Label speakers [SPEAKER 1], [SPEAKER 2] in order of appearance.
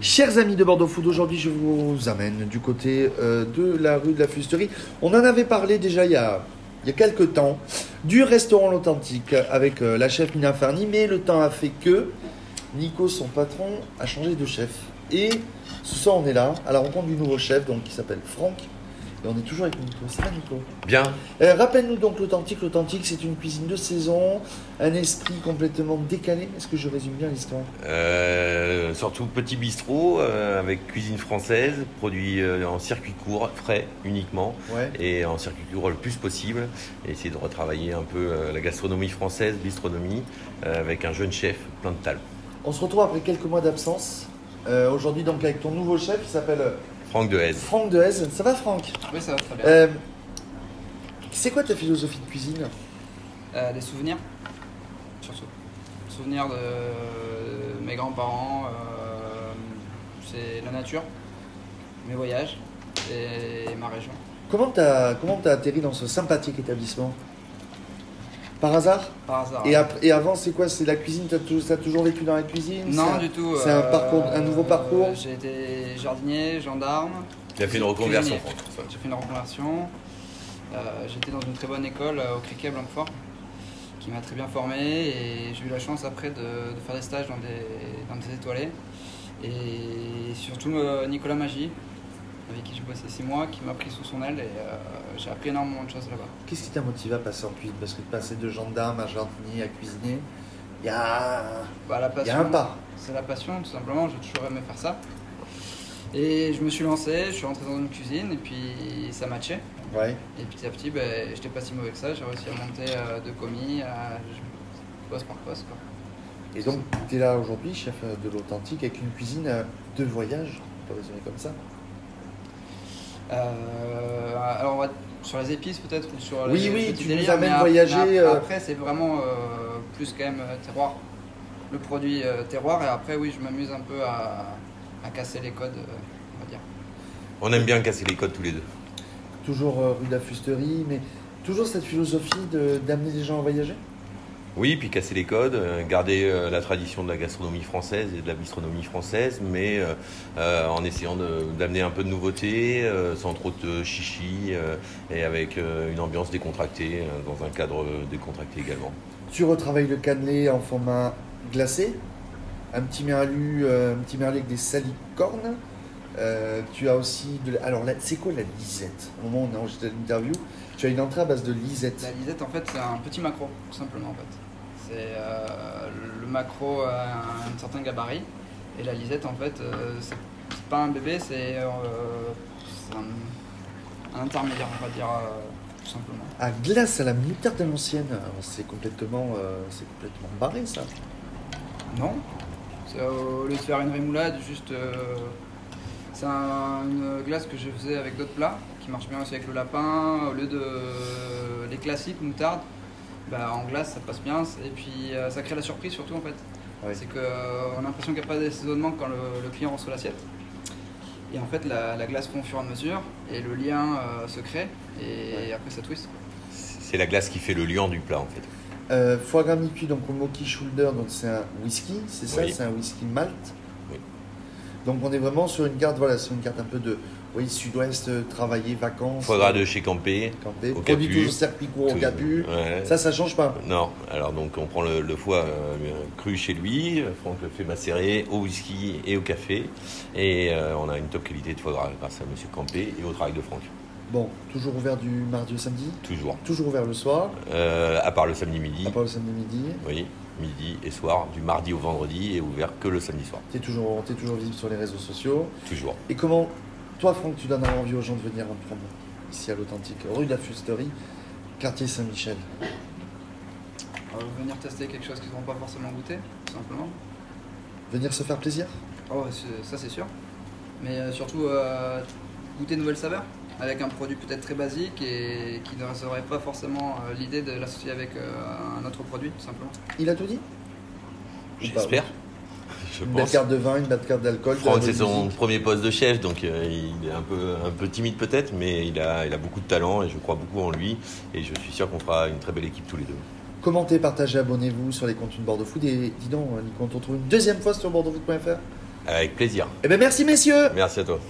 [SPEAKER 1] Chers amis de Bordeaux Food, aujourd'hui je vous amène du côté euh, de la rue de la Fusterie. On en avait parlé déjà il y a, il y a quelques temps du restaurant L'Authentique avec euh, la chef Nina Farni, mais le temps a fait que Nico, son patron, a changé de chef. Et ce soir on est là à la rencontre du nouveau chef donc, qui s'appelle Franck. Et on est toujours avec Nico. C'est vrai, Nico
[SPEAKER 2] Bien.
[SPEAKER 1] Euh, Rappelle-nous donc l'authentique. L'authentique, c'est une cuisine de saison, un esprit complètement décalé. Est-ce que je résume bien l'histoire
[SPEAKER 2] Euh, surtout petit bistrot euh, avec cuisine française, produit euh, en circuit court, frais uniquement,
[SPEAKER 1] Ouais.
[SPEAKER 2] et en circuit court le plus possible. Et essayer de retravailler un peu euh, la gastronomie française, bistronomie, euh, avec un jeune chef plein de talent.
[SPEAKER 1] On se retrouve après quelques mois d'absence. Euh, Aujourd'hui, donc, avec ton nouveau chef qui s'appelle
[SPEAKER 2] Franck Dehaze.
[SPEAKER 1] Franck Dehaze. Ça va, Franck
[SPEAKER 3] Oui, ça va très bien.
[SPEAKER 1] Euh, C'est quoi ta philosophie de cuisine
[SPEAKER 3] Euh, les souvenirs, surtout. Souvenirs de euh, mes grands-parents, euh, c'est la nature, mes voyages et ma région.
[SPEAKER 1] Comment t'as comment t'as atterri dans ce sympathique établissement Par hasard
[SPEAKER 3] Par hasard.
[SPEAKER 1] et, ap- et avant, c'est quoi C'est la cuisine T'as tou- t'as toujours vécu dans la cuisine
[SPEAKER 3] Non,
[SPEAKER 1] C'est-
[SPEAKER 3] du tout.
[SPEAKER 1] C'est un
[SPEAKER 3] euh,
[SPEAKER 1] parcours, un nouveau parcours.
[SPEAKER 3] euh, J'ai été jardinier, gendarme,
[SPEAKER 2] Il a fait une reconversion,
[SPEAKER 3] Cuisinier.
[SPEAKER 2] Franck.
[SPEAKER 3] j'ai fait une reconversion. Euh, J'étais dans une très bonne école euh, au Criquet à Blanquefort qui m'a très bien formé et j'ai eu la chance après de, de faire des stages dans des, dans des étoilés. Et surtout euh, Nicolas Magie, avec qui j'ai bossé six mois, qui m'a pris sous son aile et euh, j'ai appris énormément de choses là-bas.
[SPEAKER 1] Qu'est-ce qui t'a motivé à passer en cuisine Parce que de passer de gendarme à jardinier à cuisinier, il y a,
[SPEAKER 3] Bah, la
[SPEAKER 1] il y
[SPEAKER 3] passion,
[SPEAKER 1] a un pas.
[SPEAKER 3] C'est la passion, tout simplement. J'ai toujours aimé faire ça. Et je me suis lancé, je suis rentré dans une cuisine et puis ça matchait.
[SPEAKER 1] Ouais.
[SPEAKER 3] Et petit à petit, ben, j'étais pas si mauvais que ça, j'ai réussi à monter euh, de commis, à je- poste par poste. Quoi.
[SPEAKER 1] Et donc, tu es là aujourd'hui, chef de l'authentique, avec une cuisine euh, de voyage, on peut résumer comme ça.
[SPEAKER 3] Euh, alors, on va sur les épices peut-être ou sur
[SPEAKER 1] Oui,
[SPEAKER 3] les
[SPEAKER 1] oui,
[SPEAKER 3] petits
[SPEAKER 1] tu nous
[SPEAKER 3] délires,
[SPEAKER 1] amènes
[SPEAKER 3] mais ap-
[SPEAKER 1] voyager,
[SPEAKER 3] mais ap-
[SPEAKER 1] euh.
[SPEAKER 3] Après, c'est vraiment euh, plus quand même euh, terroir, le produit euh, terroir. Et après, oui, je m'amuse un peu à, à casser les codes, euh, on va dire.
[SPEAKER 2] On aime bien casser les codes tous les deux.
[SPEAKER 1] Toujours euh, rue de la Fusterie, mais toujours cette philosophie de- d'amener les gens à voyager.
[SPEAKER 2] Oui, puis casser les codes, euh, garder euh, la tradition de la gastronomie française et de la bistronomie française, mais euh, euh, en essayant de- d'amener un peu de nouveauté, euh, sans trop de chichi, euh, et avec euh, une ambiance décontractée, euh, dans un cadre euh, décontracté également.
[SPEAKER 1] Tu retravailles le cannelé en format glacé, un petit merlu, euh, un petit merlu avec des salicornes. Euh, tu as aussi de la- Alors, là, c'est quoi la lisette Au moment où on a enregistré l'interview, tu as une entrée à base de lisette.
[SPEAKER 3] La lisette, en fait, c'est un petit macro, tout simplement. En fait. C'est euh, le macro a un, un certain gabarit. Et la lisette, en fait, euh, c'est c'est pas un bébé, c'est euh, c'est un, un intermédiaire, on va dire, euh, tout simplement.
[SPEAKER 1] à glace à la moutarde à l'ancienne. Alors, C'est complètement, euh, c'est complètement barré ça.
[SPEAKER 3] Non C'est, euh, Au lieu de faire une rémoulade, juste. euh, c'est un- une glace que je faisais avec d'autres plats, qui marche bien aussi avec le lapin. Au lieu de. euh, les classiques, moutarde, bah, en glace ça passe bien. Et puis euh, ça crée la surprise surtout en fait.
[SPEAKER 1] Ouais.
[SPEAKER 3] C'est qu'on a l'impression qu'il n'y a pas d'assaisonnement quand le, le client reçoit l'assiette. Et en fait, la, la glace fond au fur et à mesure, et le lien euh, se crée, et après ça twist.
[SPEAKER 2] C'est la glace qui fait le liant du plat, en fait.
[SPEAKER 1] Euh, foie gras mi-cuit, donc au moki shoulder, donc c'est un whisky, c'est ça,
[SPEAKER 2] Oui.
[SPEAKER 1] c'est un whisky malt.
[SPEAKER 2] Oui.
[SPEAKER 1] Donc on est vraiment sur une carte, voilà, sur une carte un peu de, oui, sud-ouest, euh, travailler, vacances. euh,
[SPEAKER 2] Foie gras de chez Campé.
[SPEAKER 1] Camper,
[SPEAKER 2] au
[SPEAKER 1] produit
[SPEAKER 2] Capu.
[SPEAKER 1] toujours serpicot au
[SPEAKER 2] Tout-
[SPEAKER 1] capu.
[SPEAKER 2] Ouais.
[SPEAKER 1] Ça, ça change pas.
[SPEAKER 2] Non, alors donc on prend le, le foie euh, cru chez lui, Franck le fait macérer au whisky et au café, et euh, on a une top qualité de foie gras grâce à Monsieur Campé et au travail de Franck,
[SPEAKER 1] Bon, toujours ouvert du mardi au samedi,
[SPEAKER 2] toujours.
[SPEAKER 1] toujours ouvert le soir,
[SPEAKER 2] Euh, à part le samedi midi,
[SPEAKER 1] à part le samedi midi.
[SPEAKER 2] oui, midi et soir, du mardi au vendredi et ouvert que le samedi soir,
[SPEAKER 1] T'es toujours, t'es toujours visible sur les réseaux sociaux.
[SPEAKER 2] toujours.
[SPEAKER 1] Et comment, toi Franck, tu donneras envie aux gens de venir en prendre ici à l'Authentique, rue de la Fusterie, quartier Saint-Michel.
[SPEAKER 3] On va venir tester quelque chose qu'ils n'auront pas forcément goûté, tout simplement.
[SPEAKER 1] Venir se faire plaisir
[SPEAKER 3] Oh, c'est- ça c'est sûr. Mais euh, surtout, euh, goûter de nouvelles saveurs avec un produit peut-être très basique et qui ne recevrez pas forcément euh, l'idée de l'associer avec euh, un autre produit, tout simplement.
[SPEAKER 1] Il a tout dit Ou pas
[SPEAKER 2] J'espère, je
[SPEAKER 1] Une belle
[SPEAKER 2] pense.
[SPEAKER 1] carte de vin, une belle carte d'alcool. de la
[SPEAKER 2] Franck,
[SPEAKER 1] bonne
[SPEAKER 2] c'est son
[SPEAKER 1] musique.
[SPEAKER 2] premier poste de chef, donc euh, il est un peu, un peu timide peut-être, mais il a, il a beaucoup de talent et je crois beaucoup en lui. Et je suis sûr qu'on fera une très belle équipe tous les deux.
[SPEAKER 1] Commentez, partagez, abonnez-vous sur les comptes de Bordeaux Food. Et dis donc, Nico, on te retrouve une deuxième fois sur bordeauxfood.fr Avec plaisir.
[SPEAKER 2] Eh bien, merci, messieurs.
[SPEAKER 1] ben, Merci à toi.